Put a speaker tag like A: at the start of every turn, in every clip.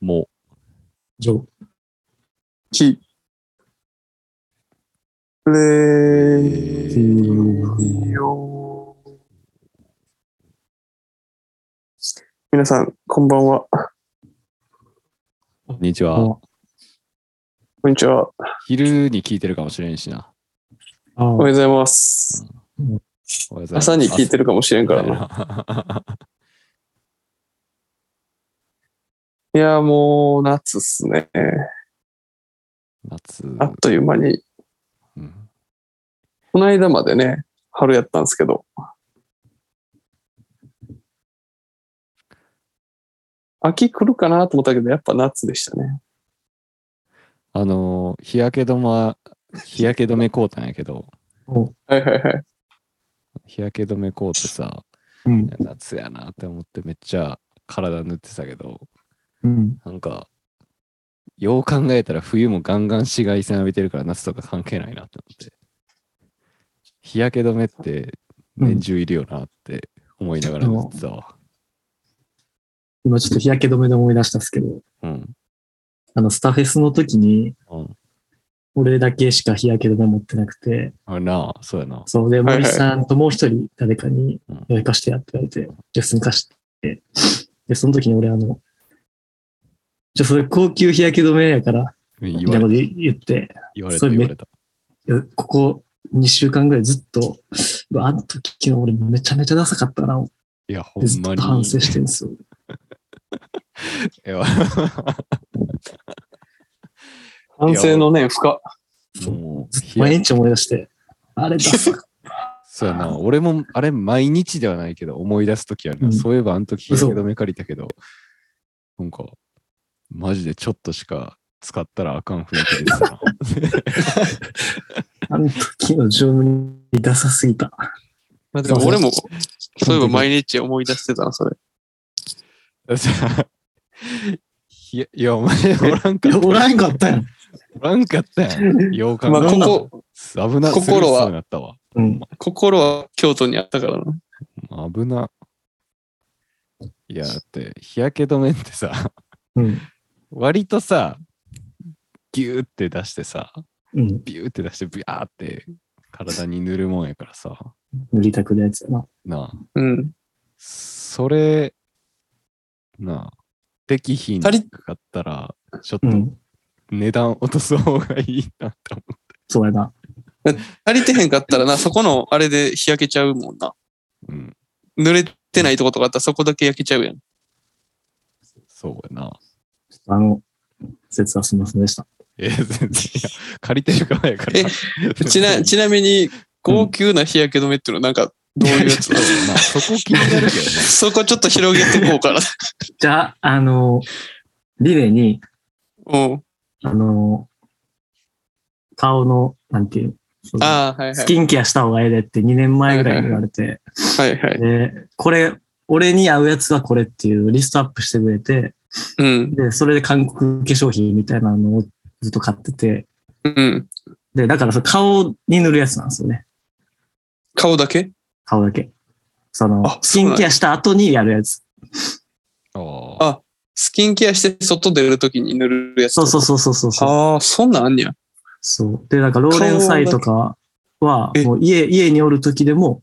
A: も、
B: じゃあ、き、れーよー。皆さん、こんばんは。
A: こんにち
C: あ
A: は。
B: こんにちは。
A: 昼に聞いてるかもしれんしな。
C: あ
B: おはようございます。
A: おはようございます
B: 朝に聞いてるかもしれんからな。
A: な。
B: いやー、もう夏っすね。
A: 夏、
B: あっという間に。
A: うん
B: この間までね、春やったんですけど。秋来るかなと思ったけど、やっぱ夏でしたね。
A: あのー、日焼け止ま、日焼け止めコートなんやけど、
B: はいはいはい。
A: 日焼け止めコートさ、
C: うん。
A: 夏やなって思ってめっちゃ体塗ってたけど、
C: うん。
A: なんか、よう考えたら冬もガンガン紫外線浴びてるから夏とか関係ないなって思って。日焼け止めって年中いるよなって思いながら塗ってたわ。
C: 今ちょっと日焼け止めで思い出したんですけど、
A: うん。
C: あの、スタフェスの時に、
A: うん。
C: 俺だけしか日焼け止め持ってなくて、
A: あれなあ、そうやな。
C: そうで、
B: はいはい
C: 森さんともう一人誰かに
A: うん、
C: いや貸してやって言われて、じゃあ普通に貸して、で、その時に俺あの、じゃあそれ高級日焼け止めやから、
A: 言
C: みたい
A: わ
C: なこと
A: れた、
C: 言って、
A: 言われた、
C: それ
A: 言
C: め
A: われた。
C: いやここ2週間ぐらいずっと、うわあの時の俺めちゃめちゃダサかったな、っ
A: いや、ほ
C: てず
A: ん
C: っと
A: まに。
C: 反省してるんですよ。
A: いや
B: 反省の念深。
A: もう、日
C: 毎
A: 焼け
C: 日思い出して、あれダサかっ
A: そうやな。俺も、あれ、毎日ではないけど、思い出すときあるな、
C: うん
A: そういえば、あの時日
C: 嘘
A: 焼け止め借りたけど、なんか、マジでちょっとしか使ったらあかん雰囲気ですな。
C: た。あの時の常務にダサすぎた。
B: まあでも俺も、そういえば毎日思い出してたな、それ。
A: さ いや、いやお前、おらんかっ
C: い
A: た
C: や、。おらんかったやん。
A: おらんかったや ん。よう考え
B: まあ、
A: たら
B: ここ、
A: 危
B: 心
A: な、
B: は
A: スルーしそうになったわ。
C: うん。
B: 心は京都にあったからな。
A: 危な。いや、だって、日焼け止めってさ、
C: うん。
A: 割とさ、ギューって出してさ、
C: うん。
A: ビューって出して、ビャーって体に塗るもんやからさ、
C: 塗りたくなやつやな。
A: なあ、
B: うん。
A: それ、なあ、できひんか
B: 足り
A: ったら、ちょっ
C: う
A: と
C: ん。
A: 値段落とす方がいいなって思
C: そうやな。
B: 足りてへんかったらな、そこのあれで日焼けちゃうもんな。
A: う。うん、
B: 濡れてないとことかあったらそこだけ焼けちゃうやん。
A: そうやな。
C: あの、説はすみませんでした。
A: え、全然、いや借りてる側やから。
B: えちな、ちなみに、高級な日焼け止めっていうのはなんか、どういうやつなの
A: まあ、 そこ気になるけどね。
B: そこちょっと広げてこうかな。
C: じゃあ、あの、リレーに、
B: うん。
C: あの、顔の、なんていう、その
B: ああ、はいは
C: ス
B: い。
C: キンケアした方がええでって2年前ぐらいに言われて、
B: はいはい。
C: で、これ、俺に合うやつはこれっていうリストアップしてくれて、
B: うん。
C: で、それで韓国化粧品みたいなのをずっと買ってて、
B: うん。
C: で、だからそれ顔に塗るやつなんですよね。
B: 顔だけ
C: 顔だけ。その
B: あ、
C: スキンケアした後にやるやつ。
A: あ
B: あスキンケアして外出るときに塗るやつ。
C: そうそうそうそうそうそう。
B: ああ、そんなんあんねや。
C: そう。で、なんか、ローレンサイとかは、
B: え
C: もう家、家におる時でも、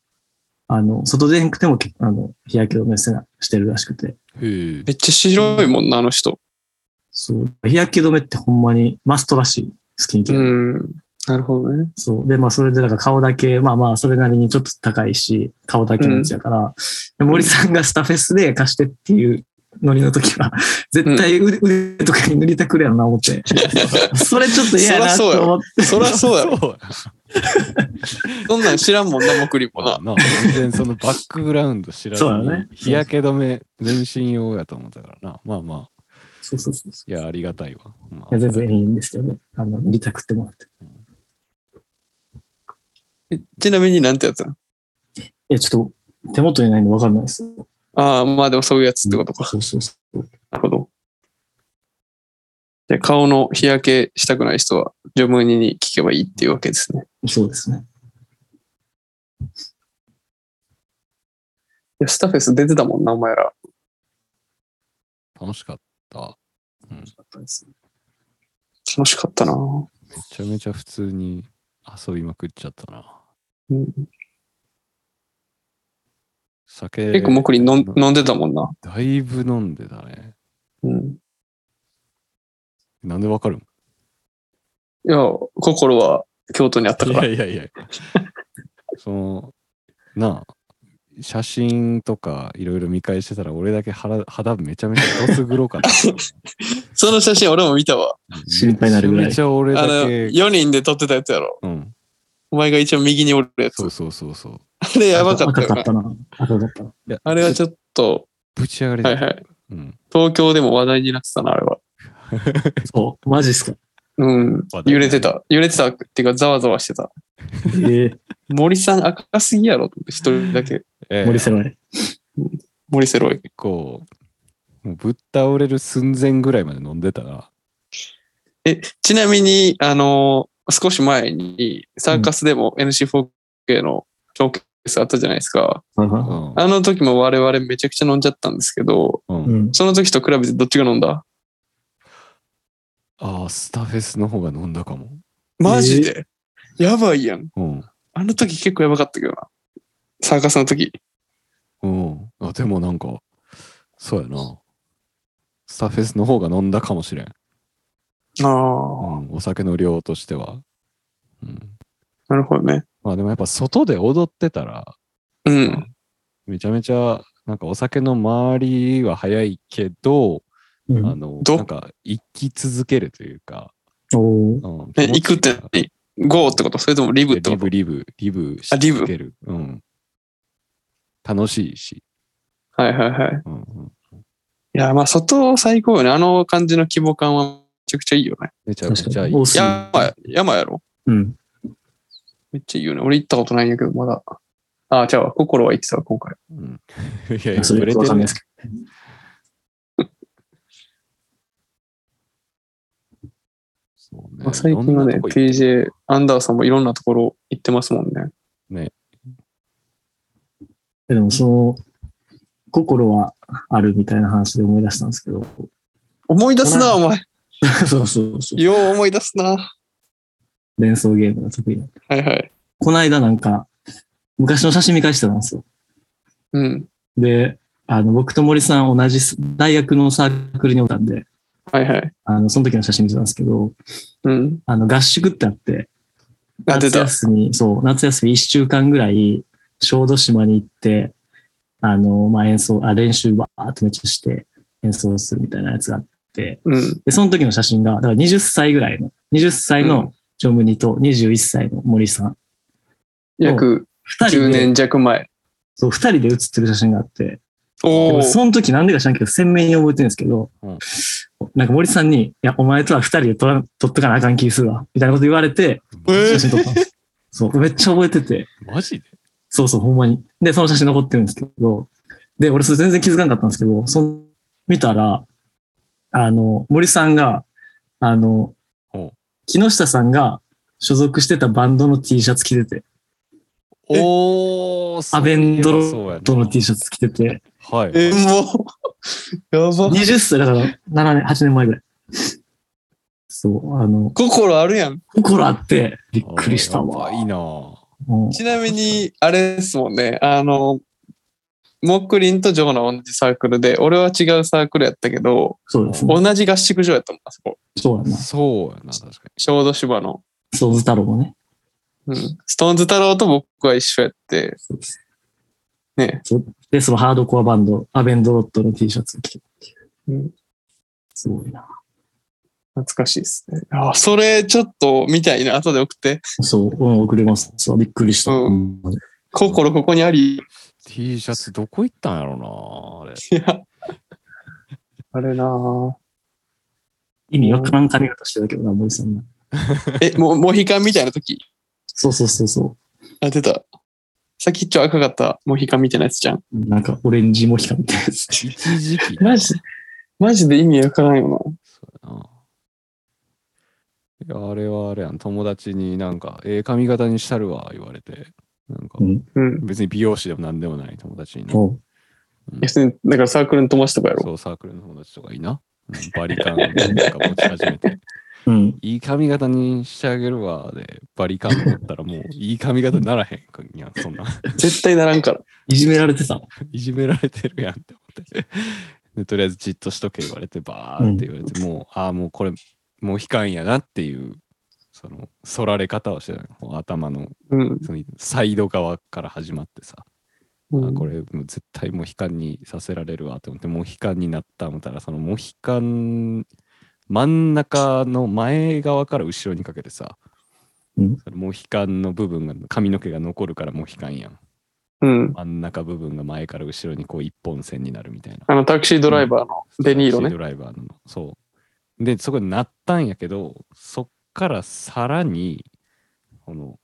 C: あの、外出なくても、あの、日焼け止めせなしてるらしくて。
A: へえ
B: めっちゃ白いもんな、あの人。
C: そう。日焼け止めってほんまにマストらしい。スキンケア。
B: うん。なるほどね。
C: そう。で、まあ、それで、なんか顔だけ、まあまあ、それなりにちょっと高いし、顔だけのやつやから、で森さんがスタフェスで貸してっていうノリの時は、絶対腕,、腕とかに塗りたくるやろな、思って。それちょっと嫌やなと思って。
B: そりゃ そうやろ。
A: そう
B: そんなん知らんもんな、僕りも
A: や
B: な。
A: な。全然そのバックグラウンド知らず
C: そう
A: に、
C: だね
A: 日焼け止め全身用やと思ったからな。まあまあ、
C: そうそうそうそう
A: いや、ありがたいわ。まあ
C: いや全然いいんですけどね。あの、塗りたくってもらって。
B: ちなみになんてやつなん
C: いや、ちょっと手元にないの分かんないです。
B: ああ、まあでもそういうやつってことか。
C: そうそうそう。
B: なるほど。じゃあ顔の日焼けしたくない人は、ジョムニに聞けばいいっていうわけですね。
C: そうですね。
B: いやスタフェス出てたもんな、お前ら。
A: 楽しかった。うん
B: 楽しかったですね楽しかったなぁ
A: めちゃめちゃ普通に遊びまくっちゃったな。
B: うん
A: 酒、
B: 結構もくり飲ん飲んでたもんな。
A: だいぶ飲んでたね。
B: うん。
A: なんでわかるん
B: いや、心は京都にあったから。
A: いやいや。その、なあ、写真とかいろいろ見返してたら、俺だけ肌肌めちゃめちゃどす黒かった。
B: その写真俺も見たわ。
C: 心配になるぐらい
A: めちゃめちゃ俺
B: あ
A: だ
B: の、
A: け、
B: 4人で撮ってたやつやろ。
A: うん、
B: お前が一番右におるや つ
A: そう。そうそうそう。
B: あれやばかった
C: 赤
B: よ
C: かっ
B: な。
C: たな。赤かったな。
A: いや
B: あれはちょっと、
A: ぶち上がりだ
B: は
A: よ
B: いはい。
A: うん。
B: 東京でも話題になってたな、あれは。
C: そう。マジっすか。
B: うん
A: 話題。に
B: 揺れてた。揺れてたっていうか、ざわざわしてた。
C: え
B: 森さん赤すぎやろと思って、一人だけ。
A: え
C: え
A: え
C: 森瀬ロイ。
B: 森セロイ。
A: 結構、もうぶっ倒れる寸前ぐらいまで飲んでたら、
B: え、ちなみに、あの少し前に、サーカスでも NC4K のショーケースあったじゃないですか。
C: う
A: うん。
B: あの時も我々めちゃくちゃ飲んじゃったんですけど、
A: うん、
C: ん。
B: その時と比べてどっちが飲んだ
A: ああ、スタフェスの方が飲んだかも。
B: マジで、やばいやん。
A: うん。
B: あの時結構やばかったけどな。サーカスの時。
A: うん。あ、でもなんか、そうやな。スタフェスの方が飲んだかもしれん。
B: ああ、
A: うん、お酒の量としては。うん。
B: なるほどね。
A: まあでもやっぱ外で踊ってたら、
B: うん。
A: めちゃめちゃ、なんかお酒の周りは早いけど、
C: う
A: あ
C: ん。
A: の、
B: ど
A: なんか生き続けるというか、
C: おー
A: うん、
B: え、
A: 気
B: 行
A: 持ちい
B: く
A: い
B: って
A: から
B: 何 ?GO ってことそれともリブって
A: リ
B: こと
A: ブリブ、リブし
B: あリブ
A: 続ける。うん。楽しいし。
B: はいはいはい。
A: うんうん、
B: いや、まあ、外最高よね。あの感じの規模感はめちゃくちゃいいよね。
A: めちゃめ
C: 確
A: ち
C: か
A: ゃい
C: に。
A: い。
C: 多すぎる
B: 山、山やろ
C: うん。
B: めっちゃいいよね。俺行ったことないんやけど、まだ。ああ、じゃあ、心は行ってたわ、今回。
A: うん、 いやいや、
C: そ
A: 売
C: れ
A: れ
C: よく
A: て
C: わか
A: るね
C: んないですけ
A: そうね
B: まあ、最近はね、
A: いろんなとこ行って
B: PJ、アンダーさんもいろんなところ行ってますもんね。
C: ど。でも、その、心はあるみたいな話で思い出したんですけど。
B: 思い出すな、お前。
C: そうそうそう。
B: よう思い出すな。は
C: 連想ゲームが得意な。
B: いはい。
C: この間なんか、昔の写真見返してたんですよ。
B: うん。
C: で、あの、僕と森さん同じ大学のサークルにおったんで、
B: はいはい。
C: あの、その時の写真見てたんですけど、
B: うん。
C: あの、合宿ってあって、
B: あ、出
C: 夏
B: た。
C: 休み、そう、夏休み1週間ぐらい、小豆島に行って、あの、まあ、演奏、あ、練習バーっとめっちゃして、演奏するみたいなやつがあって、
B: うん。
C: で、その時の写真が、だから20歳ぐらいの、20歳
B: う
C: のジョムニと21歳の森さん、
B: 約
C: 二
B: 10
C: 人で、
B: 年弱前。
C: そう、二人で写ってる写真があって、で
B: お
C: も
B: お。
C: その時なんでか知らんけど、鮮明に覚えてるんですけど、
A: うん
C: なんか森さんに、いや、お前とは二人で撮ら撮っとかなあかん気するわ、みたいなこと言われて、
B: え
C: 写
B: ー
C: 真撮ったんです。そう、めっちゃ覚えてて、
A: マジで
C: そうそう、ほんまに。で、その写真残ってるんですけど、で、俺それ全然気づかなかったんですけど、その、見たら、あの、森さんが、あの
A: お、
C: 木下さんが所属してたバンドの T シャツ着てて、
A: おー、
C: アベンド
A: そうや
C: ロ
A: な
C: との T シャツ着てて、
A: はい。
B: えー、も う。やば。
C: 20歳、だから7年、8年前ぐらい。そう、あの、
B: 心あるやん。
C: 心あって、びっくりしたわ。
A: あーやっぱいいな
C: うん
B: ちなみに、あれですもんね。あの、モックリンとジョーの同じサークルで、俺は違うサークルやったけど、
C: そうですね。
B: 同じ合宿場やったもん、あそこ。
C: そうやな
A: ぁ。。そうやな、確か
B: 小豆島の。
C: ソウズ太郎もね。
B: うん。ストーンズ太郎と僕は一緒やって、
C: そうです
B: ね。
C: で、そのハードコアバンド、アベンドロットの T シャツ着て
B: うん
C: すごいな。
B: 懐かしいですね。あ、それちょっと見たいな。後で送って。
C: そう、うん、送れます。そう、びっくりした。
B: う
C: うん
B: 心ここにあり。
A: に。T シャツどこ行ったんやろうなぁ、あれ。
B: いや。 あれなぁ
C: 意味わからん髪型してたけどな、森さんが。
B: え、もう、モヒカンみたいな時。
C: そうそうそうそ
B: あ、出た。さっき一応赤かったモヒカンみたいなやつじゃん。
C: う。なんか、オレンジモヒカンみたいなやつ。
A: 一時 期
B: マジ、マジで意味わからんよ
A: そうやないやあれはあれやん、友達になんか、ええ髪型にしたるわ、言われて。なんか
C: う、ん。
B: な。うん。
A: 別に美容師でも何でもない友達にね、
C: おう
A: うん
B: いやだからサークルの友達とかやろ。
A: そう、サークルの友達とかいいな。うんバリカンとか持ち始めて、
C: うん。
A: いい髪型にしてあげるわ、で、バリカンだったらもういい髪型にならへんいやん、そんな。
B: 絶対ならんから。
C: いじめられてたの。
A: いじめられてるやんって思って。でとりあえずじっとしとけ言われて、バーって言われて、もう、ああ、もうこれ、もう悲観やなっていう、その、反られ方をしてたの。頭の、
B: うん。
A: そのサイド側から始まってさ、
B: う
A: あ
B: ん
A: これ、もう絶対もう悲観にさせられるわと思って、もう悲観になった思ったら、その、もう悲観、真ん中の前側から後ろにかけてさ、
C: うん
A: そのもう悲観の部分が、髪の毛が残るからもう悲観やん。
B: うん。
A: 真ん中部分が前から後ろにこう一本線になるみたいな。
B: あの、タクシードライバーのデニーロ
A: タ
B: ね。
A: クシドライバーの。そう。で、そこになったんやけど、そっからさらに、この、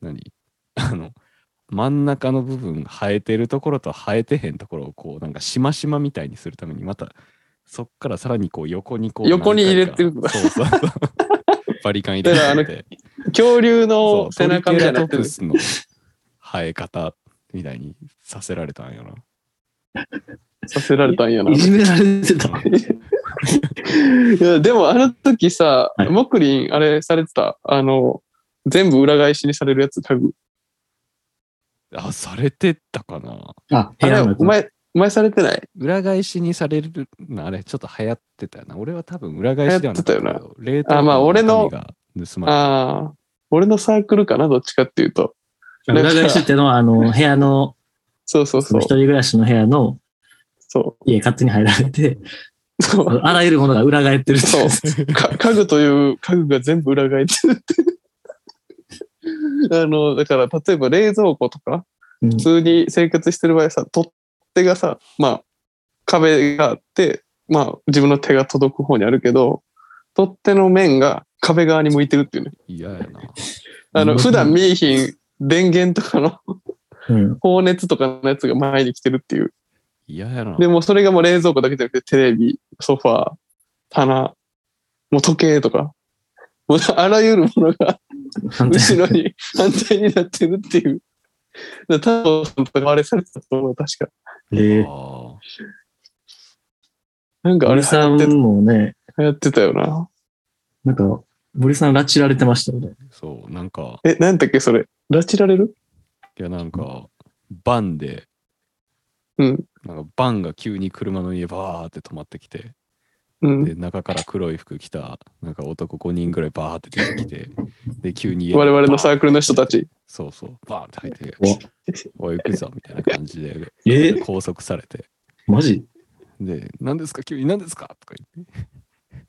A: 何 あの、真ん中の部分生えてるところと生えてへんところをこうなんかしましまみたいにするためにまたそっからさらにこう横にこう
B: 横に入れてる
A: 何回かそうそうそう バリカン入れて
B: だからあの
A: て
B: 恐竜
A: そ
B: の
A: う
B: 背中みたいになって
A: ト
B: る
A: リ。ケラトプスの生え方みたいにさせられたんやな
B: させられたんやな。
C: い
B: い
C: じめられてた。
B: や、でもあの時さ
C: は、い
B: モクリン、あれされてた。あの、全部裏返しにされるやつ、タグ。
A: あ、されてたかな
C: あ、
B: あ
C: 部
B: れ、
C: 屋の
B: お前、お前されてない
A: 裏返しにされるのあれ、ちょっと流行ってたよな。俺は多分裏返しではなかったけ
B: 流行
A: ど、冷凍
B: あまあ俺の
A: 中身が盗まれ
B: ああ、俺のサークルかな、どっちかっていうと。
C: 裏返しっていうのは、あの、部屋の、
B: そうそう
C: そ
B: そ
C: の
B: う
C: 一。人暮らしの部屋の
B: そ
C: 家勝手に入られて、
B: う。そう。
C: あらゆるものが裏返ってるって
B: そ
C: いうう。
B: か家具という家具が全部裏返ってるっていう。あの、だから、例えば冷蔵庫とか、
C: うん
B: 普通に生活してる場合さ、取っ手がさ、まあ、壁があって、まあ、自分の手が届く方にあるけど、取っ手の面が壁側に向いてるっていうね。
A: 嫌や な。
B: あ
C: う
B: の、
C: ん
B: 普段見えひん電源とかの
C: うん。
B: 放熱とかのやつが前に来てるっていう。
A: 嫌やな。
B: でもうそれがもう冷蔵庫だけじゃなくて、テレビ、ソファー、棚、もう時計とか、もうあらゆるもの が
C: 反対
B: 後ろに 反対になってるっていう。だから太郎さんとかあれされてたと思う、確か。
C: えー
A: あ
B: なんかあれ流
C: 森さ
B: 行
C: ん
B: ってた
C: もね、
B: 流行ってたよな。
C: なんか、森さん拉致られてましたよね。
A: ーそう、なんか、
B: え、なんだっけ、それ。拉致られる
A: いや、なんか、バンで、
B: うん。
A: なんかバンが急に車の家バーって止まってきて、
B: うん。
A: で、中から黒い服着た、なんか男5人ぐらいバーって出てきて、で、急に家に
B: 我々のサ
A: バーン
B: ークルの人たち。
A: そうそう、バーンって入ってきて、おい、行くぞみたいな感じで
C: え
A: 拘束されて、
C: マジ
A: で、何ですか急に何ですかとか言って。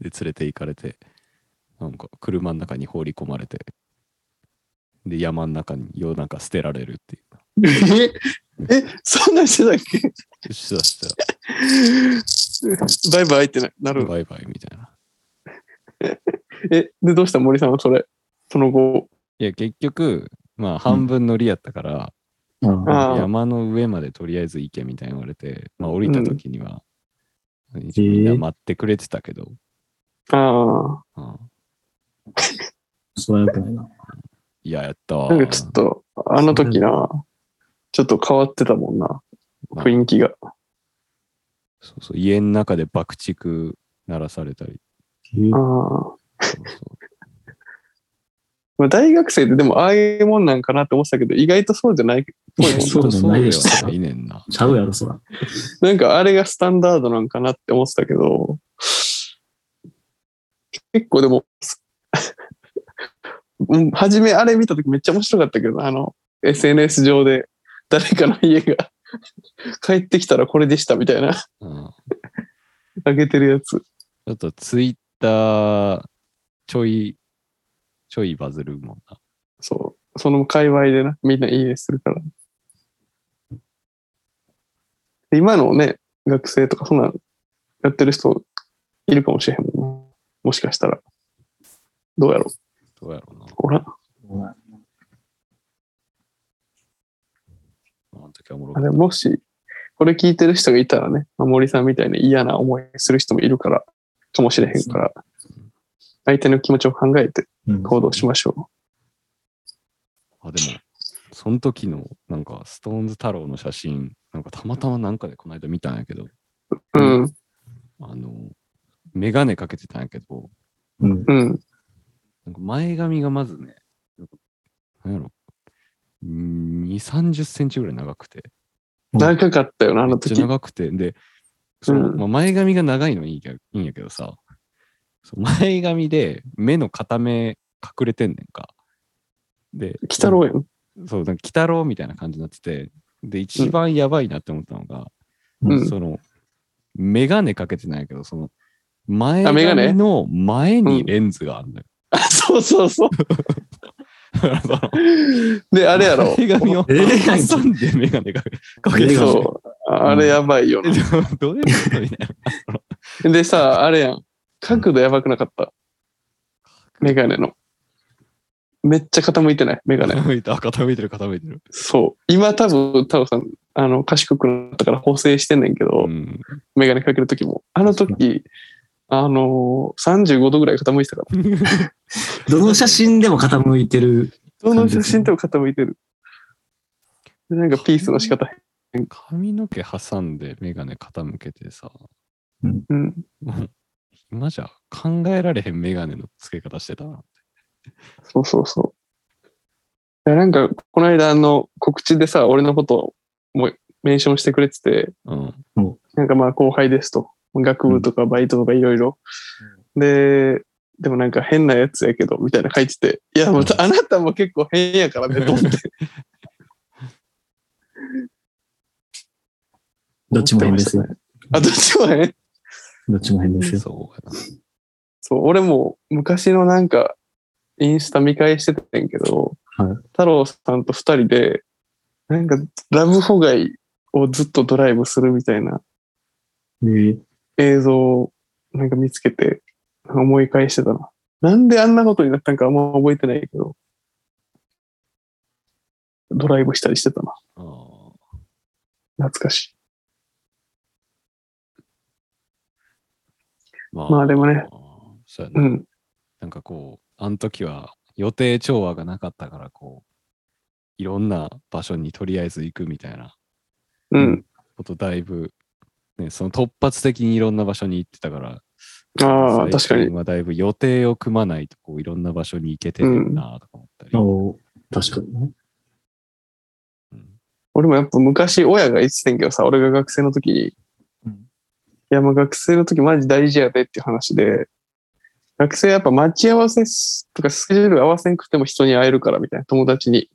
A: で、連れて行かれて、なんか車の中に放り込まれて、で、山の中に夜中捨てられるってい
B: ええ、そんなんしてたっけ
A: う。しだした
B: バイバイってななる。
A: バイバイみたいな。
B: え、で、どうした森さんはそれ。その後。
A: いや、結局、まあ、半分乗りやったから、
C: ああ
B: ああ。
A: 山の上までとりあえず行けみたいに言われて、まあ、降りた時には、
C: え
A: みんな待ってくれてたけど、
B: あ
A: うん
C: それはよくないな。
A: いや、やったわ
B: あ。。なんかちょっと、あの時な、ちょっと変わってたもんな。
A: まあ
B: 雰囲気が。
A: そうそう家の中で爆竹鳴らされたり。
B: あ
C: え
B: あ
A: そうそう
B: まあ大学生ってでもああいうもんなんかなって思ってたけど、意外とそうじゃないっぽいもん
C: いや
B: な
C: そうじゃないでしょ
A: そうでは ないねんな。
C: ちゃうやろ、そら。
B: なんかあれがスタンダードなんかなって思ってたけど、結構でも、 うん初めあれ見た時めっちゃ面白かったけどな、あの、SNS 上で誰かの家が帰ってきたらこれでしたみたいな、
A: うん
B: あげてるやつ。
A: ちょっとツイッター、ちょい、ちょいバズるもんな。
B: そう。その界隈でな、みんないいねするから。今のね、学生とかそんなんやってる人いるかもしれへんもんな。もしかしたら。どうやろう
A: どうやろうな。
B: ほら。
A: あの時はおもろ
B: あ
A: かっ
B: れ、もし、これ聞いてる人がいたらね、まあ森さんみたいに嫌な思いする人もいるから、かもしれへんから、相手の気持ちを考えて
C: うん
B: 行動しましょ
A: た。あ、でも、その時の、なんか、ストーンズ太郎の写真、なんかたまたまなんかでこの間見たんやけど、
B: う。うん。
A: あの、メガネかけてたんやけど、
C: うん。
B: うん。
A: なんか前髪がまずね、なんやろ、2、30センチぐらい長くて、
B: 長かったよな、あ
A: めっ
B: の
A: ちゃ
B: 時。
A: 長くて、で、その
B: うん
A: まあ、前髪が長いのはいいけどいいんやけどさ、そう前髪で目の片目隠れてんねんか。で、
B: 来たろう やん。
A: そう、なんか鬼太郎みたいな感じになってて、で、一番やばいなって思ったのが、
B: うん
A: その、メガネかけてないけど、その、前
B: あメガネ
A: 髪の前にレンズがあるのよ。
B: あそうそうそう。
A: だからその
B: で、あれやろ。
A: 前髪を
C: えー
A: 挟んでメガネかけかけてる。
B: そう。あれやばいよな。
A: どういうことみたいな。
B: でさ、あれやん。角度やばくなかった。メガネの。めっちゃ傾いてない、メガ ネ。
A: 傾いてる、傾いてる、傾いてる。
B: そう。今多分、太郎さん、あの、賢くなったから補正してんねんけど、
A: うん。
B: メガネかける時も。あの時、あのー、35度ぐらい傾いてたから。
C: どの写真でも傾いてる。
B: どの写真でも傾いてる。でなんかピースの仕方。
A: 髪の毛挟んでメガネ傾けてさ、
B: うん。
A: もう今じゃ考えられへんメガネの付け方してたな。
B: そうそうそう。いや、なんか、この間、あの、告知でさ、俺のこともメンションしてくれてて、
A: うん。
B: なんかまあ後輩ですと。学部とかバイトとかいろいろ。で、でもなんか変なやつやけど、みたいな書いてて。いや、もうあなたも結構変やからね、と思って。
C: どっちも変ですよ。
B: あ、どっちもね。
C: どっちも変ですよ。
A: そうやな。
B: そう、俺も昔のなんか、インスタ見返してたんやけど、
C: はい
B: 太郎さんと二人で、なんか、ラブホ街をずっとドライブするみたいな
C: で、
B: 映像をなんか見つけて思い返してたな。なんであんなことになったんかあんま覚えてないけど、ドライブしたりしてたな。
A: あー
B: 懐かし
A: ま
B: い。まあでもね、
A: そうや
B: う
A: な。
B: ん。
A: なんかこう、あの時は予定調和がなかったから、こう、いろんな場所にとりあえず行くみたいな
B: うん。
A: ことだいぶ、ね、その突発的にいろんな場所に行ってたから、
B: ああ、確
A: 最
B: かに
A: 近。はだいぶ予定を組まないと、こう、いろんな場所に行けてるなとか思ったり。
C: お確かにね。
A: うん
B: 俺もやっぱ昔親が言ってたんやけどさ、俺が学生の時に、
C: うん
B: いやまあ学生の時マジ大事やでっていう話で、学生はやっぱ待ち合わせしとかスケジュール合わせんくても人に会えるからみたいな友達に。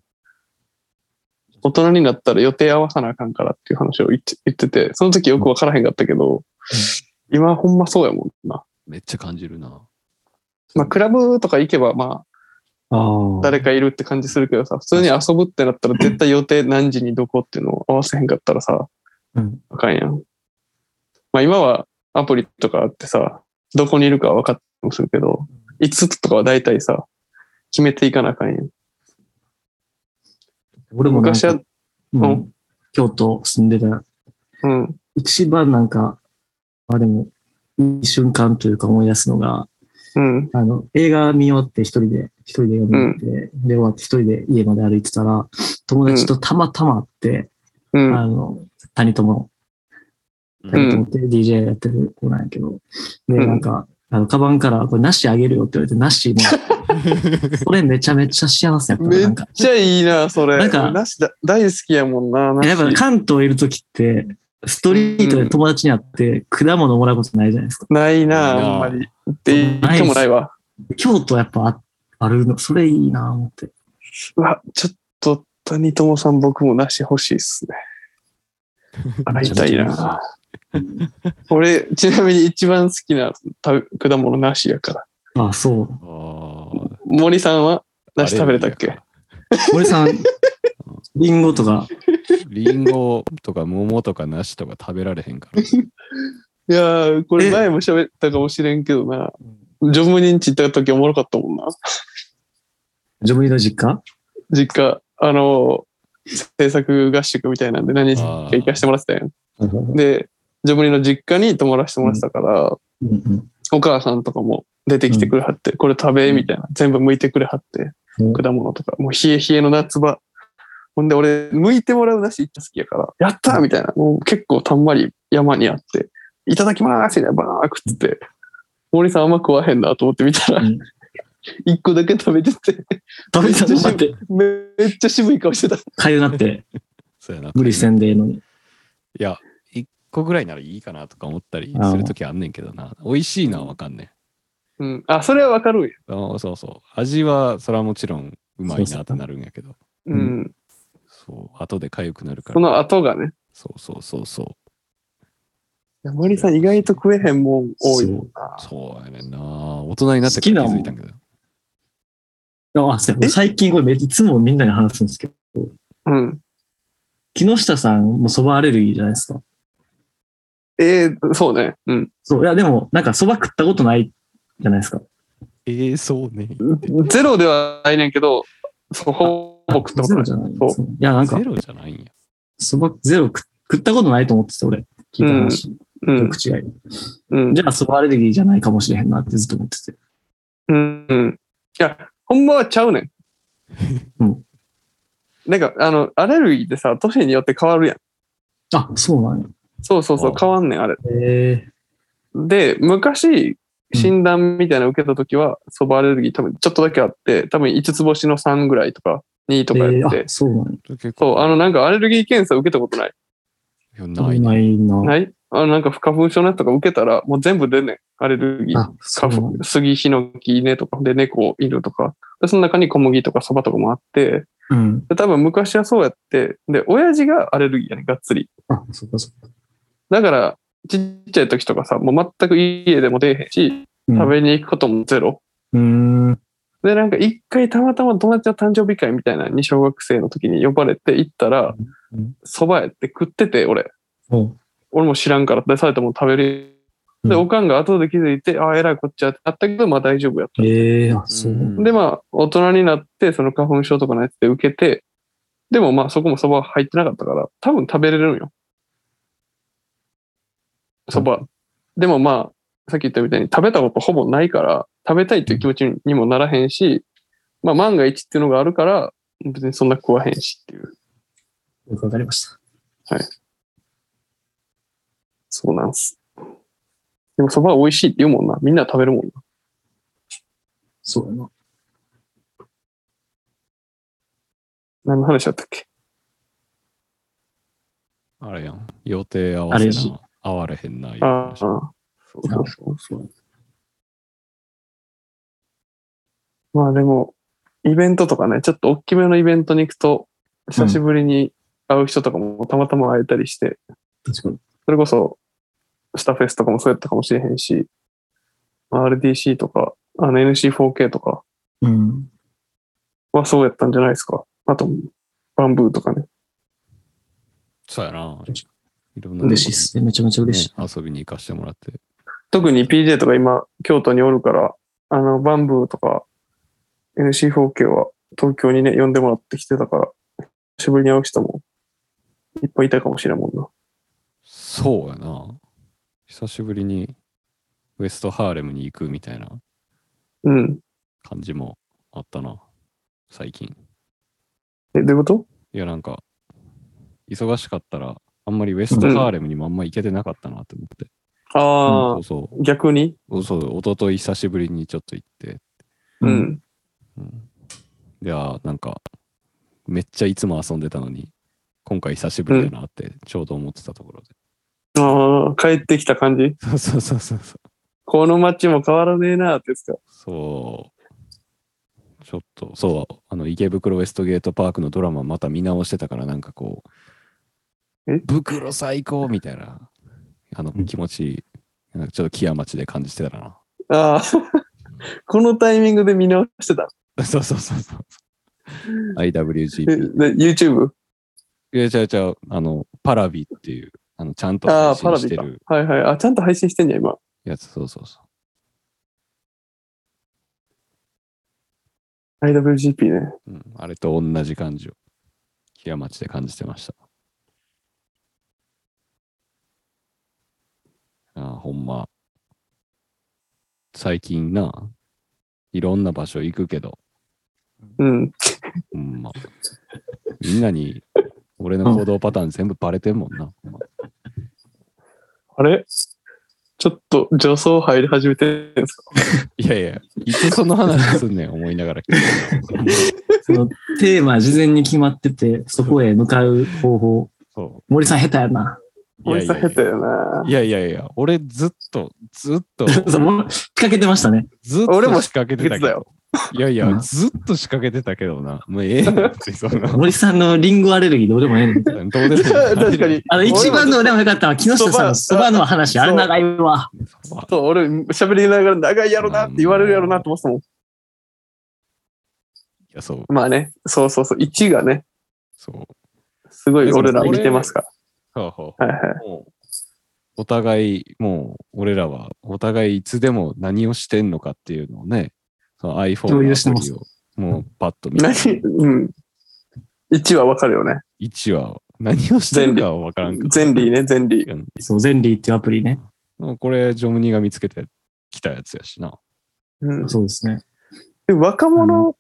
B: 大人になったら予定合わさなあかんからっていう話を言って言ってて、その時よくわからへんかったけど、今ほんまそうやもんな。
A: めっちゃ感じるな。
B: まあクラブとか行けばまあ
C: ああ。
B: 誰かいるって感じするけどさ、普通に遊ぶってなったら絶対予定何時にどこっていうのを合わせへんかったらさ、
C: うん
B: あかんやん。まあ今はアプリとかあってさ、どこにいるかは分かってもするけど、いつとかは大体さ、決めていかなあかんやん。
C: 俺もなんか
B: 昔は、
C: う、
B: うん
C: 京都住んでた
B: うん、
C: 一番なんか、まあでも、いい瞬間というか思い出すのが、
B: うん、
C: あの、映画見終わって一人で、一人で映画見って、で終わって一人で家まで歩いてたら、友達とたまたま会って、
B: うん、
C: あの、谷友、谷友って DJ やってる子なんやけど、
B: う
C: で、
B: ん
C: なんか、あの、カバンから、これ、なしあげるよって言われて、なしも らって、それめちゃめちゃ幸せやったな。
B: め
C: な
B: っ
C: んか、
B: ちゃいいな、それ。
C: なんか
B: なしだ大好きやもんな。なし
C: やっぱ関東いるときって、ストリートで友達に会って、果物もらうことないじゃないですか。
B: ない
A: ないな
B: な、あんまり。で、一回もないわ。
C: 京都やっぱああるの、それいいなぁ思って。
B: うわ、ちょっと、谷友さん、僕もなし欲しいっす ね。会いたいな。俺、ちなみに一番好きな食べ果物なしやから。
C: ああ、そう。
A: ああ。
B: 森さんはなし食べれたっけ
C: 俺 さん、リンゴとか、
A: リンゴとか桃とか梨とか食べられへ んから。
B: いやー、こ
C: え
B: れ前も喋ったかもしれんけどな。ジョブ認知行った時おもろかったもんな。
C: ジョブリの実家
B: 実家、あのー、制作合宿みたいなんで何日か行かしてもらってたやん。
C: うんうん
B: で、ジョブリの実家に泊まらせてもらってたから、
C: うん
B: お母さんとかも出てきてくれはって、これ食べ、みたいな。全部剥いてくれはって、
C: うん
B: 果物とか。もう冷え冷えの夏場。ほんで俺、剥いてもらうなしいっちゃ好きやから、やったーみたいな。もう結構たんまり山にあって、いただきまーすみたいな、バーッ食ってて。森さんあんま食わへんなと思って見たら
C: うん、
B: 一個だけ食べてて、
C: 食べたの待って、
B: めめっちゃ渋い顔してた。
C: かゆなって、
A: そうやな。
C: 無理せんでええのに。
A: いや、一個ぐらいならいいかなとか思ったりするときあんねんけどな。美味しいのはわかんね
B: うん。あ、それはわかるんや。
A: ん。あそうそう。味は、それはもちろんうまいなってなるんやけど。
B: う。
C: うん
A: そう、後で痒くなるか
B: そ
A: ら。
B: の後がね。
A: そうそうそうそ
B: いや森さん意外と食えへんもん多いもんな
A: う。。そうやねんな。大人になってから気づいたんけど。
C: あ、そうや
B: え
C: 最近これめ、いつもみんなに話すんですけど、
B: うん。
C: 木下さんも蕎麦アレルギーじゃないですか。
B: えー、そうね。うん。
C: そう、いや、でも、なんか蕎麦食ったことないじゃないですか。
A: ええそうね。
B: ゼロではないねんけど、そうほぼ食ったこと
C: ゼ
B: な
C: ロ
B: い
C: じ。ゃないんですね。いや、なんか
A: ゼ、ロじゃないんや。
C: 蕎麦ゼロ食食ったことないと思ってて、俺。聞いた話。
B: うん。
C: 口がいい。
B: うん
C: じ。ゃあ、蕎麦アレルギーじゃないかもしれへんなってずっと思ってて。
B: うん。うんいや、ほんまはちゃうねん。
C: うん
B: なんか、あの、アレルギーってさ、年によって変わるやん。
C: あ、そうなんや。
B: そうそうそう
A: あ、あ
B: 変わんねん、あれ。
C: え
B: で、昔、
C: うん
B: 診断みたいなの受けた時は、そばアレルギー多分ちょっとだけあって、多分5つ星の3ぐらいとか、2とかやって
C: あ、。そうなんや。
A: 結
B: そう、あの、なんかアレルギー検査受けたことない。
A: いやないね。
C: ないな。
B: ないあの、なんか不花粉症のやつとか受けたら、もう全部出んねん。アレルギー。
C: あ、そう
B: 花
C: なん
B: 粉
C: や。
B: 杉、ヒノキ、稲とか、で、猫、犬とか。で、その中に小麦とかそばとかもあって、
C: うん。
B: で、多分昔はそうやって、で、親父がアレルギーやねん、がっつり。
C: あ、そっかそっか。
B: だから、ちっちゃい時とかさ、もう全く家でも出えへんし、
C: うん
B: 食べに行くこともゼロ。
C: うーん。
B: で、なんか一回たまたま友達の誕生日会みたいなのに小学生の時に呼ばれて行ったら
C: うん、
B: 蕎麦屋って食ってて、俺。
C: おう
B: 俺も知らんから出されたもん食べる。で、
C: うん
B: おかんが後で気づいて、ああ、えらいこっちゃってなったけど、まあ大丈夫やっ
C: ええあ、そうなんや。
B: た。で、まあ、大人になって、その花粉症とかのやつで受けて、でもまあ、そこも蕎麦入ってなかったから、多分食べれるんよ。蕎麦。でもまあ、さっき言ったみたいに食べたことほぼないから、食べたいという気持ちにもならへんし、まあ、万が一っていうのがあるから、別にそんな食わへんしっていう。
C: よくわかりました。
B: そうなんす。でも蕎麦は美味しいって言うもんな。みんな食べるもんな。
C: そうやな。
B: 何の話だったっけ
A: あれやん。予定合わせ
C: あれし
A: な。合われへんな。
B: ああ、
A: いう話
B: そうそうそう
C: そうや
B: まあでも、イベントとかね、ちょっと大きめのイベントに行くと、久しぶりに会う人とかもたまたま会えたりして、
C: 確かに。
B: それこそ、スタフェスとかもそうやったかもしれへんし、まあ RDC とか、あの NC4K とか
C: うん。
B: はそうやったんじゃないですか。あと、バンブーとかね。
A: そうやな。いろんな
C: 嬉しいっすね。めちゃめちゃ嬉しい。
A: ね遊びに行かしてもらって。
B: 特に PJ とか今、京都におるから、あの、バンブーとか、NC4K は東京にね、呼んでもらってきてたから、久しぶりに会う人もいっぱいいたかもしれんもんな。
A: そうやな。久しぶりにウエストハーレムに行くみたいな
B: うん。
A: 感じもあったな。最近。
B: え、どういうこと
A: いや、なんか、忙しかったら、あんまりウエストハーレムにもあんま行けてなかったなって思って。
B: ああ、
A: そうそう
B: 逆に
A: お。そう、一昨日久しぶりにちょっと行って。
B: う
C: うん
B: ん。
A: うん、いやー、なんか、めっちゃいつも遊んでたのに、今回久しぶりだなってちょうど思ってたところで。
B: ああ、帰ってきた感じ。
A: そうそうそうそうそう。
B: この街も変わらねえなってですか。
A: そう。ちょっと、そう、あの、池袋ウエストゲートパークのドラマまた見直してたから、なんかこう
B: え、
A: 袋最高みたいな、あの、
C: うん
A: 気持ち、なんかちょっと木屋町で感じてたな。
B: ああ、 このタイミングで見直してた。
A: そうそうそうそう。
B: え
A: IWGP。
B: で YouTube?
A: いや、ちゃうちゃう、あの、パラビっていう、あの、ちゃんと
B: ああ、パ
A: 配信
B: ラ
A: し
B: ビ
A: て
B: か
A: る。
B: はいはい。あ、ちゃんと配信してんねや、今。
A: やつ、そうそうそう。
B: IWGP ね。
A: うん、あれと同じ感じを、木屋町で感じてました。ああ、ほんま。最近な、いろんな場所行くけど、
B: うん。
A: ほんま。みんなに、俺の行動パターン全部バレてんもんな。
B: あれちちょっと女装入り始めてるんですか
A: いやいや、いつその話すんねん、思いながら聞いてた。
C: そのテーマ事前に決まってて、そこへ向かう方法。
A: そ
C: 森さん下手やな。
A: う。いや
B: 俺
A: い
B: さ
A: や
B: 下
A: い
B: 手
A: や
B: よない
A: やいやいや、俺ずっと、ずっと、
C: そうもう仕掛けてましたね。
A: ずっ
B: 俺も
A: と仕掛けてたけど。いやいや
C: う、ん
A: ずっと仕掛けてたけどな。もうええ やん別にそんな。ど
C: 森さんのリンゴアレルギーどうでもええねん
A: うでもいい
B: 確かに。
C: あの、一番のでもよかったのは、木下さんの
B: そ
C: そ
B: ば
C: ばの話、あれ長いわ。
B: そう、俺、喋りながら長いやろなって言われるやろなって思ってたも。。
A: いや、そうん
B: まあね、そうそうそう、1がね、
A: そう。
B: すごい俺ら見てますか
A: はあはあ
B: ら。はいはい。
A: もうお互い、もう、俺らは、お互いいつでも何をしてんのかっていうのをね、その iPhone
C: 共
A: の
C: 有
A: ア
C: して
A: プ
C: ま
A: リ
C: す
A: を、もう、パッと見て、
B: 何うん。1はわかるよね。
A: 一話、何をしてるかは分からんけど
B: ゼンリーね、ゼンリー。
A: うん
C: そう、ゼンリーっていうアプリね。
A: もうこれ、ジョムニが見つけてきたやつやしな。
B: うん
C: そうですね。
B: で若者、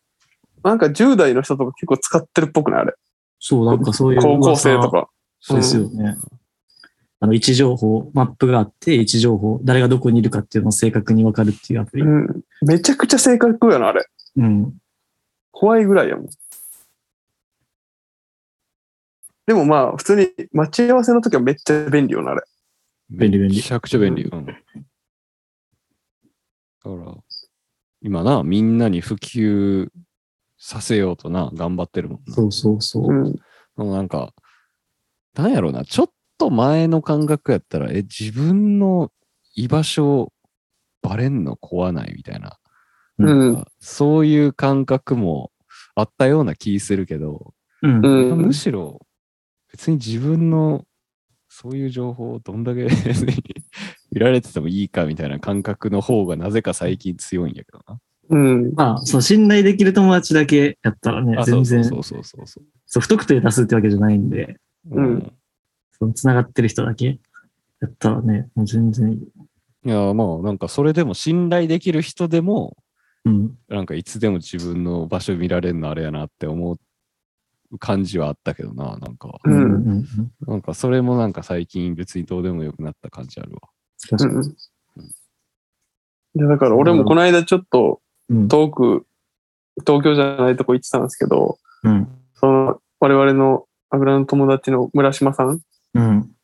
B: なんか10代の人とか結構使ってるっぽくないあれ。
C: そう、なんかそういう噂。
B: 高校生とか。
C: そうですよね。あの、位置情報、マップがあって、位置情報、誰がどこにいるかっていうのを正確にわかるっていうアプリ。
B: う
C: うん。
B: ん。めちゃくちゃ性格やな、あれ。怖いぐらいやもん。でもまあ、普通に待ち合わせの時はめっちゃ便利よな、あれ。
C: 便利便利
A: めちゃくちゃ便利。うん。だから、今な、みんなに普及させようとな、頑張ってるもんな。
C: そうそうそうう。
B: ん。
A: もうなんか、なんやろうな、ちょっと前の感覚やったら、え、自分の居場所バレんの怖ないみたいな、
B: うん。
A: そういう感覚もあったような気するけど、
C: うん。
B: う
A: む
B: ん。
A: しろ別に自分のそういう情報をどんだけ 見られててもいいかみたいな感覚の方がなぜか最近強いんやけどな。
B: うん。
C: まあ、その信頼できる友達だけやったらね、
A: あ、そ
C: 全
A: うそ
C: 然、
A: う
C: そ
A: そううそうそうそう。
C: 不特定多数ってわけじゃないんで、
B: うん
C: その繋がってる人だけやったらね、もう全然いい。
A: いや、まあなんかそれでも信頼できる人でも
C: うん。
A: なんかいつでも自分の場所見られるのあれやなって思う感じはあったけどな、なんか。
B: うん
C: うん。
A: なんかそれもなんか最近別にどうでもよくなった感じあるわ。
C: 確かに。
B: いやだから俺もこの間ちょっと
C: うん。
B: 遠く、東京じゃないとこ行ってたんですけど、
C: うん。
B: その我々のあぐらの友達の村島さん、
C: うん。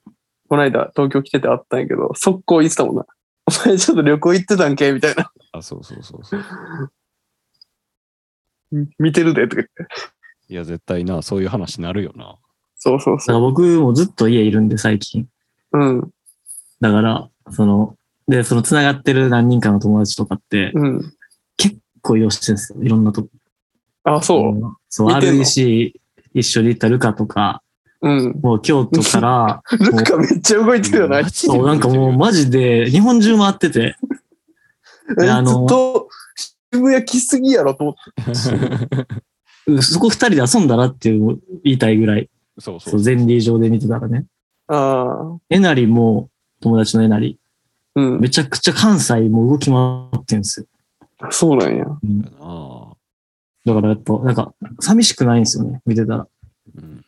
B: この間東京来てて会ったんやけど、速攻行ってたもんな。お前ちょっと旅行行ってたんけみたいな。
A: あ、そうそうそうそう。
B: 見てるでとか言って。
A: いや、絶対な、そういう話になるよな。
B: そうそう
C: だか
B: そ
C: ら僕もずっと家いるんで、最近。
B: う。うん。
C: だから、その、で、その繋がってる何人かの友達とかって、
B: うん。
C: 恋をしてるんですよ。いろんなとこ。
B: あ、そう。
C: そう、
B: 見てんの
C: REC 一緒に行ったルカとか、
B: うん。
C: もう京都から、
B: ルカめっちゃ動いてるよな。
A: マ
B: めっ
A: ジで
C: そう、なんかもうマジで日本中回ってて、あの
B: と渋谷来すぎやろと思って。
C: うんそこ二人で遊んだらっていう言いたいぐらい、
A: そうそ
C: そうう、ゼンリー上で見てたらね。
B: ああ。
C: えなりも、友達のえなり、
B: うん。
C: めちゃくちゃ関西も動き回ってるんですよ。
B: そうなんや。
C: うん
A: なあ。
C: だからやっぱ、なんか、寂しくないんですよね、見てたら。
A: うん。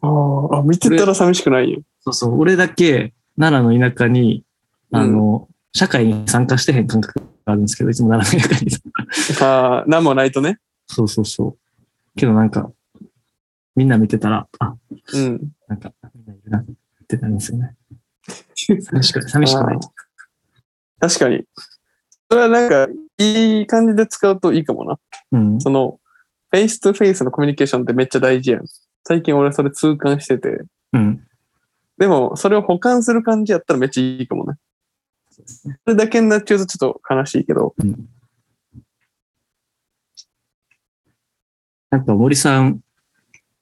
B: あーあ、見てたら寂しくないよ。
C: そうそう、俺だけ、奈良の田舎に、あの、社会に参加してへん感覚があるんですけど、いつも奈良の田舎に。
B: ああ、なんもないとね。
C: そうそうそう。けどなんか、みんな見てたら、あ、
B: うん。
C: なんか、みんないるなってなるんですよね。寂しくない。寂しくない
B: あー。確かに。それはなんか、いい感じで使うといいかもな。
C: うん。
B: その、フェイスとフェイスのコミュニケーションってめっちゃ大事やん。最近俺それ痛感してて。
C: うん。
B: でも、それを補完する感じやったらめっちゃいいかもね。
C: そうですね
B: それだけになっちゃうとちょっと悲しいけど。
C: うんなんか森さん、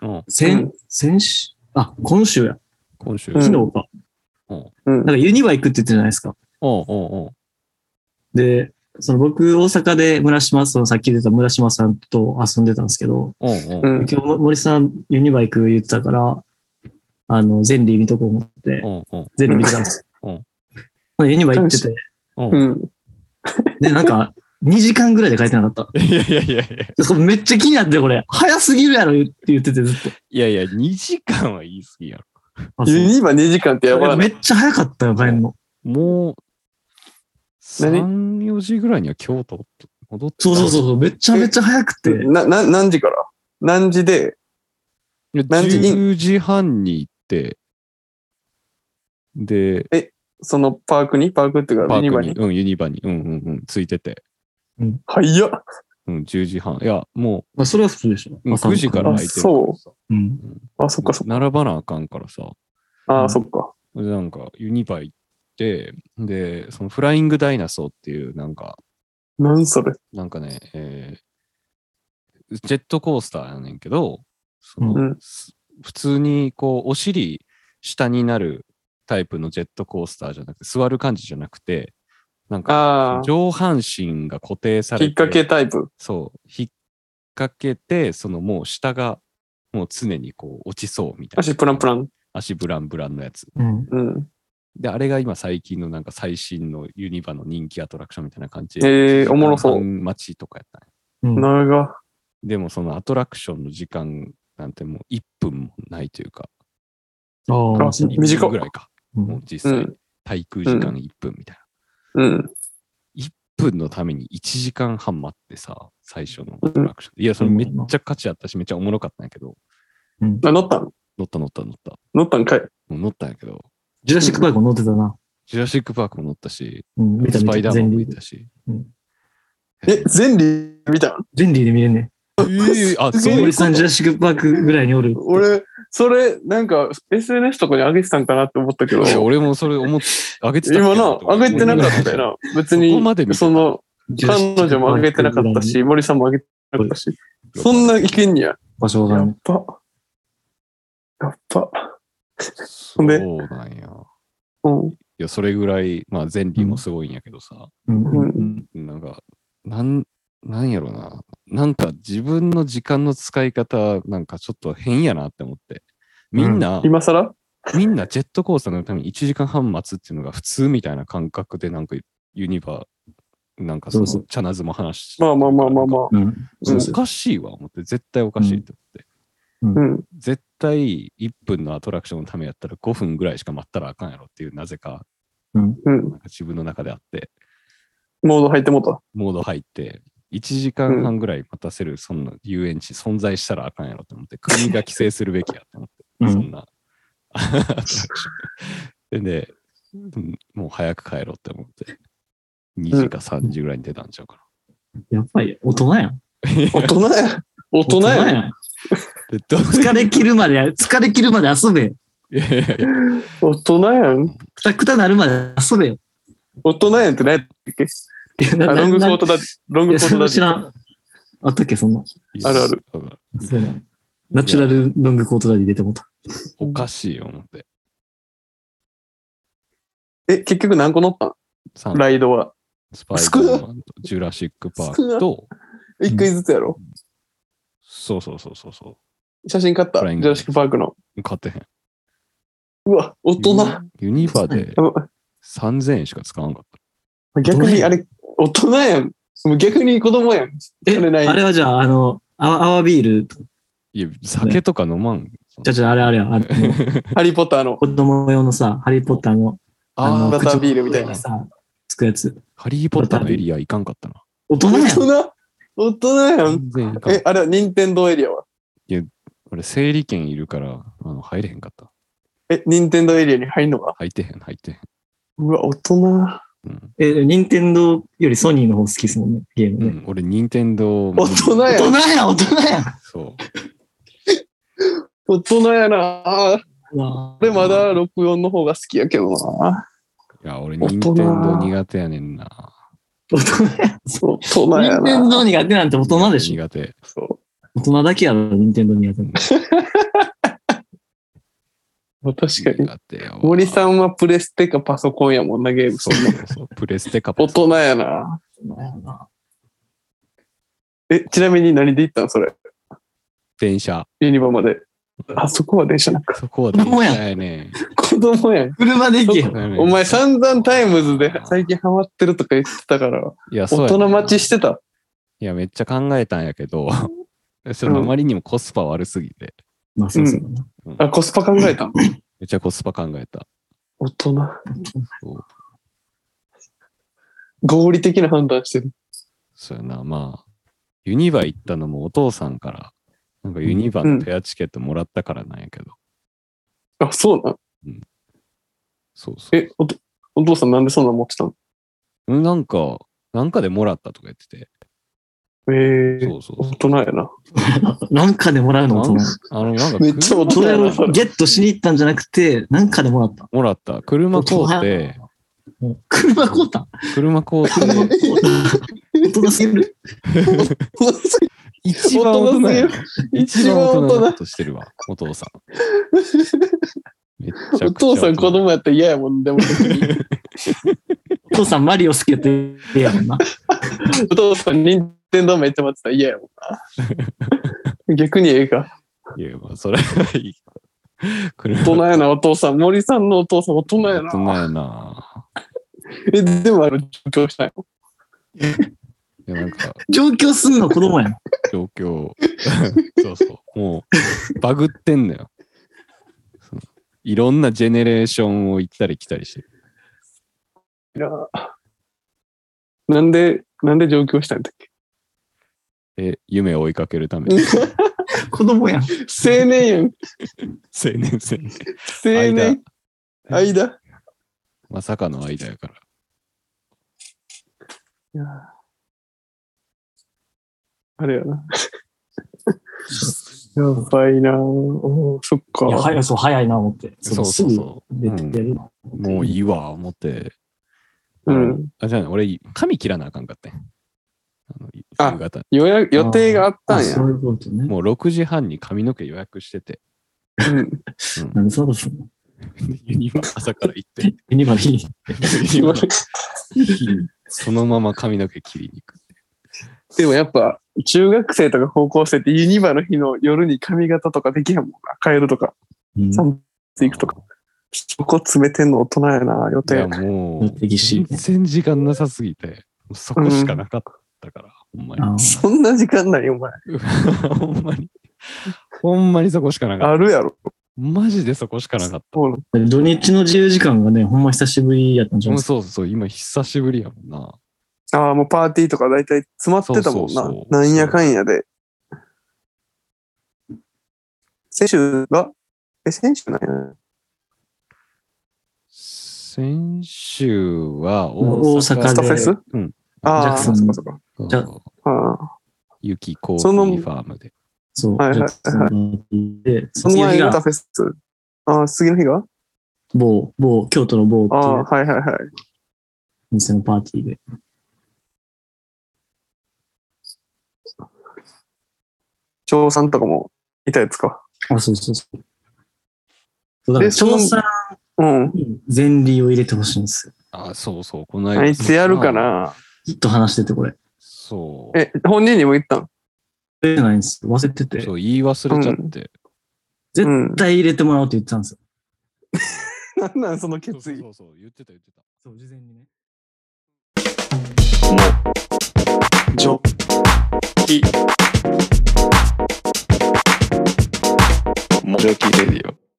A: うん、
C: 先、
B: うん
C: 先週、あ、今週や。
A: 今週。
B: うん
C: 昨日か。
B: うん
C: な。んかユニバ行くって言ってたじゃないですか。
A: おうおうおう
C: で、その僕、大阪で村島、そのさっき出た村島さんと遊んでたんですけど、
A: おう
B: う。
A: おうん
C: 今日森さんユニバ行く言ってたから、あの、ゼンリー見とこう思って、
A: おうおう
C: ゼンリー見てたんです
A: うん
C: よ。ほんでユニバ行ってて、
B: うん。
C: で、なんか、2時間ぐらいで帰ってなかった。
A: いやいやいやいや。
C: そうめっちゃ気になって、これ。早すぎるやろ言って言ってて、ずっ
A: いやいや、2時間は言い過ぎやろ。
C: と。
B: ユニバ2時間ってやばい。
C: めっちゃ早かったよ、帰んの。
A: もう、 3、4時ぐらいには京都戻って
C: そうそうそうそう、めっちゃめっちゃ早くて。
B: な、な、何時から何時で、
A: いや
B: 何時に
A: 10時半に行って、で、
B: そのパークにパークっていうか、
A: パ
B: ユニ
A: ー
B: バ
A: クに、
B: に。
A: うん、ユニバに、うんうんうん、ついてて、
B: 早っ。
A: うん、10時半。いや、も
C: まあ、それは普通でしょ。
A: う、うん9時から
B: あ
A: 空いてるからさ
C: うん。
B: あ、そっかそっ
A: 並ばなあかんからさ、
B: か。
C: う
B: あ、
C: ん
B: そっか。
A: でなんかユニバ行って、で、そのフライングダイナソーっていう、なんか、
B: 何それ。
A: なんかね、えージェットコースターやねんけど、その
B: うん
A: す普通にこう、お尻下になるタイプのジェットコースターじゃなくて、座る感じじゃなくて、なんか、
B: ああ、
A: 上半身が固定されて、
B: 引っ掛けタイプ。
A: そう、引っ掛けて、そのもう下が、もう常にこう落ちそうみたいな。
B: 足プランプラン。
A: 足ブランブランのやつ。
C: うん。
B: うん。
A: で、あれが今最近のなんか最新のユニバの人気アトラクションみたいな感じで。
B: ええおもろそう。
A: 待ちとかやったね。
C: うん
B: 長。
A: でもそのアトラクションの時間なんてもう1分もないというか、
C: ああ、
B: あ
C: そう
A: 1
B: 短っ
A: 分ぐらいか。
C: う
A: もうん実
B: う
A: 際
B: ん。、
A: 滞空時間1分みたい
B: うん。
A: な。1分のために1時間半待ってさ、最初のアトラクション。いや、それめっちゃ価値あったし、めっちゃおもろかったんやけど、
C: うん
B: あ、乗ったん
A: 乗った乗った乗った。
B: 乗ったんかい。
A: もう乗ったんやけど、
C: ジュラシック・パークも乗ってたな。
A: ジュラシック・パークも乗ったし、
C: うん、見た
A: ス
C: 見
A: パイダ
C: た。
A: ーマ
C: 全
A: ンもい
C: リー
A: たし。
C: うん
B: え、全理見たん
C: 全リーで見れんね。
A: ええあ、
B: す
A: そ
B: げ
A: う
B: え
A: いう
C: 森さん、ジュラシック・パークぐらいにおる。
B: 俺、それ、なんか、SNS とかに上げてたんかなって思ったけど
A: い、や俺もそれ思って、あげてたっけ
B: 今な、
A: と思
B: 上げてなかった よな。別
A: そこ
B: に、
A: まで見て
B: その、
C: ジュラシ
B: 彼
C: ックパーク
B: 女も上げてなかったし、森さんも上げてなかったし、そんないけんにや。
C: 場所
B: や
C: が
B: っ
C: ね。
B: ぱ。やっぱ。
A: そ
B: ほ
A: う
B: んで
A: なんや。
B: うん。
A: いや、それぐらい、まあ、前理もすごいんやけどさ、
C: うん
B: う。
C: うんん
A: なんか、なん、なんやろな。なんか自分の時間の使い方、なんかちょっと変やなって思って。みんな、
B: 今更
A: みんなジェットコースターのために1時間半待つっていうのが普通みたいな感覚で、なんかユニバなんかその、
C: そうそ
A: チャナズも話して。
B: まあまあまあまあまあ。
C: うん。そうそ
A: お
C: う。
A: かしいわ、思って。絶対おかしいって思って。
B: うん。
A: 絶対1分のアトラクションのためやったら5分ぐらいしか待ったらあかんやろっていう、なぜか、
B: うん
A: な。んか自分の中であって。
B: モード入ってもうた。
A: モード入って、1時間半ぐらい待たせる、そんな遊園地存在したらあかんやろと思って、国が規制するべきやと 思って、
C: うん
A: そんな。で、うんもう早く帰ろうって思って、2時か3時ぐらいに出たんちゃうか
C: やっぱり大人やん。
B: 大人や。大人や。
C: ん。
A: な。 で、どう
C: 疲れ切るまで、疲れ切るまで遊
A: い
C: べ。
A: やいやいや
B: 大人やん。
C: くたくたなるまで遊べよ。
B: 大人やんって何やったっけ
C: いやな
B: あ
C: な
B: ロングコートダディ。ロン
C: い
B: グ
C: や、
B: コー
C: そ
B: トダ
C: れも
B: デ
C: 知ら
B: ィ。
C: ん。あったっけ、そんな。
B: あるある
A: だから
C: そうなんナチュラルロングコートダディ出てもうた。
A: おかしいよ、思って。
B: え、結局何個乗った
A: さ
B: んライドは。
A: スパイダーマンとジュラシック・パークと、
B: 一回ずつやろ。
A: そうそうそうそうそ
B: 写真買った。
A: フ
B: ジ
A: ライング
B: ュラシックパークの。
A: う、買ってへん。
B: うわ、大人。
A: ユニユニバで
B: うん
A: 3000円しか使わんかった。
B: 逆にあれ、大人やん。もう逆に子供やん。
C: え、
B: それない
C: あれはじゃあ、あの、アワアワビール、
A: いや、酒とか飲まん。
C: じゃあじゃあ、あれあれや、あの、
B: ハリーポッターの。
C: 子供用のさ、ハリーポッターの、
B: あ
C: の
B: バタービールみたい
A: な
C: 口の上にさ、つくやつ。
A: ハリー・ポッターのエリア行かんかったな。
C: 大人
B: 大
C: やん。
B: 人大人やん。
A: 全然行かん
B: え、あれは任天堂エリアは
A: 俺、整理券いるから、あの、入れへんかった。
B: え、任天堂エリアに入んのか
A: 入ってへん、入ってへん。
B: うわ、大人。
A: うん。
C: え、任天堂よりソニーの方好きですもんね、ゲーム
A: う
C: ね。
A: ん、俺、任天堂
B: 大人
C: 大
B: やん。
C: 人やん、大人やん。
A: そう。
B: 大人やな。あー
C: わ
B: 俺まだ64の方が好きやけどな。
A: いや、俺、
B: 大
A: 任
B: 人
A: 天堂苦手やねんな。
C: 大人やん。
B: そう、大人やな
C: 任天。堂苦手なんて大人でしょ。
A: 苦手。
B: そう
C: 大人だけやろ、任天堂苦手なの。
B: まあ確かに。
A: 苦手やわ
B: 森さんはプレステかパソコンやもんな、ゲーム
A: そうそうそう。プレステか
B: 大人やな。
C: 大人やな
B: え、ちなみに何で行ったんそれ。
A: 電車。
B: ユニバまで。あそこは電車なんか。
A: そこは電車やね
B: 子供やん。
C: 車で行けよ。
B: お前散々タイムズで最近ハマってるとか言ってたから、
A: いや、そう
B: 大
A: やね
B: 人待ちしてた。
A: いや、めっちゃ考えたんやけど、ちょっとあまりにもコスパ悪すぎて、
C: まあ、そうそうだな。
B: あ、コスパ考えたん
A: めっちゃコスパ考えた。
B: 大人。
A: そう
B: 合理的な判断してる。
A: そうやな、まあ、ユニバ行ったのもお父さんから、なんかユニバのペアチケットもらったからなんやけど、
B: あ、そうなん
A: そうそう。
B: え、おとお父さんなんでそんなん持ってたの
A: うんなんか、なんかでもらったとか言ってて、
B: ええ
A: そうそう
B: 大
A: そう。
B: 人やな。
C: なんかでもらうの
A: なん
C: 大人。
A: あの、なんか、
B: めっちゃ大人
A: 車
C: それ
B: や
C: を
B: な、それ。
C: ゲットしに行ったんじゃなくて、なんかでもらった。
A: もらった。車買うて、
C: うん車買うた
A: 車買う
C: 車
A: て、
C: 買うた大人すぎる。
A: 一番大人や
B: 大
A: な
B: 人
A: 一
B: 一
A: 番
B: 番
A: 大
B: 大
A: 人な
B: 人
A: こ。としてるわ、お父さん。めっちゃくちゃ
B: お父さん子供やったら嫌やもん、でも。
C: お父さんマリオ好きやってええやもんな。
B: お父さん、任天堂めっちゃ待ってたら嫌やもんな。逆にええか。
A: いや、まあ、それはいい。車
B: 大人やな、お父さん。森さんのお父さん、大人や
A: 大人
B: な。
A: やな。
B: え、でもあの、上京したんや
A: いや、なんか、
C: 上京するの子供やん。
A: 状況、 そうそう、もう、バグってんのよ。そのいろんなジェネレーションを行ったり来たりしてる。
B: な。なんで、なんで上京したんだっけ
A: え、夢を追いかけるために。
C: 子供やん。
B: 青年やん。
A: 青年生に。
B: 青年。間。
A: まさかの間やから。
B: いやあれやな。やばいなおーそっか
C: い。や、早い、そう、早いな、思って。
A: そう
C: す
A: そう
C: ぐ
A: そう。
C: 出てるの。
A: うんもういいわ、思って。
B: うん。
A: あ、じゃあね、俺、髪切らなあかんかったんやあの夕
B: あ
A: 方
B: 予約、予定があったんや
C: そ。ういうことね。
A: もう6時半に髪の毛予約して て、
B: うん
C: なんでそうだったの
A: ユニバ朝から行って、
C: ユニバに
A: ユニバそのまま髪の毛切りに行く。
B: でもやっぱ、中学生とか高校生ってユニバの日の夜に髪型とかできへんもんな。変えるとか、
C: うん
B: 散髪行くとか。そこ詰めてんの大人やな、予
A: いや、
B: 定。
A: もう、
C: 目的し
A: 全然時間なさすぎて、もうそこしかなかったから、ほんまに。
C: あー
B: そんな時間ないよ、お前。
A: ほんまに。ほんまにそこしかなかった。
B: あるやろ。
A: マジでそこしかなかった。
B: そうな
C: 土日の自由時間がね、ほんま久しぶりやったんじゃ
A: う
C: な
A: ん
C: いですか。
A: そうそう、今久しぶりやもんな。
B: のああ、もうパーティーとか大体詰まってたもん
A: そう
B: な
A: そうそう。
B: なんやかんやで。先週が、え、先週なんやな。
A: 先週は
C: 大
A: 大
C: 阪
A: 阪
C: で
B: スタフェス
A: うん。
B: ああ、
C: ジャクソン
B: そっかそっか。
C: じゃ
B: ああ
A: 雪コーヒ
B: その
A: ーファームで。
C: そう。
B: はいはいはい
C: で、
B: そ
C: そ
B: の
C: の
B: 前
C: 前
B: に歌
C: が
B: フェス。ああ、次の日が
C: 某、某、京都の某って
B: あ
C: い
B: あ、
C: う
B: はいはいはい。
C: 店のパーティーで。
B: 長さんとかもいたやつか。
C: あ、そうそうそう。そうだから、
B: でその
C: 調査
B: うん。
C: に前例を入れてほしいんですよ。
A: あ、そうそう、この間。
B: あいつやるかな
C: ずっと話してて、これ。
A: そう。
B: え、本人にも言ったん
C: 出てないんですよ。忘れて
A: そ
C: て。絶
A: う、言い忘れちゃって。
B: うん。
C: 対入れてもらおうって言ってたんですよ。
B: なんなんその
A: そうそ
B: 決
A: う
B: 意。
A: そうそう、言ってた言ってた。
C: そう、事前にね。
B: ジョ
A: もう、ジョキレディオ。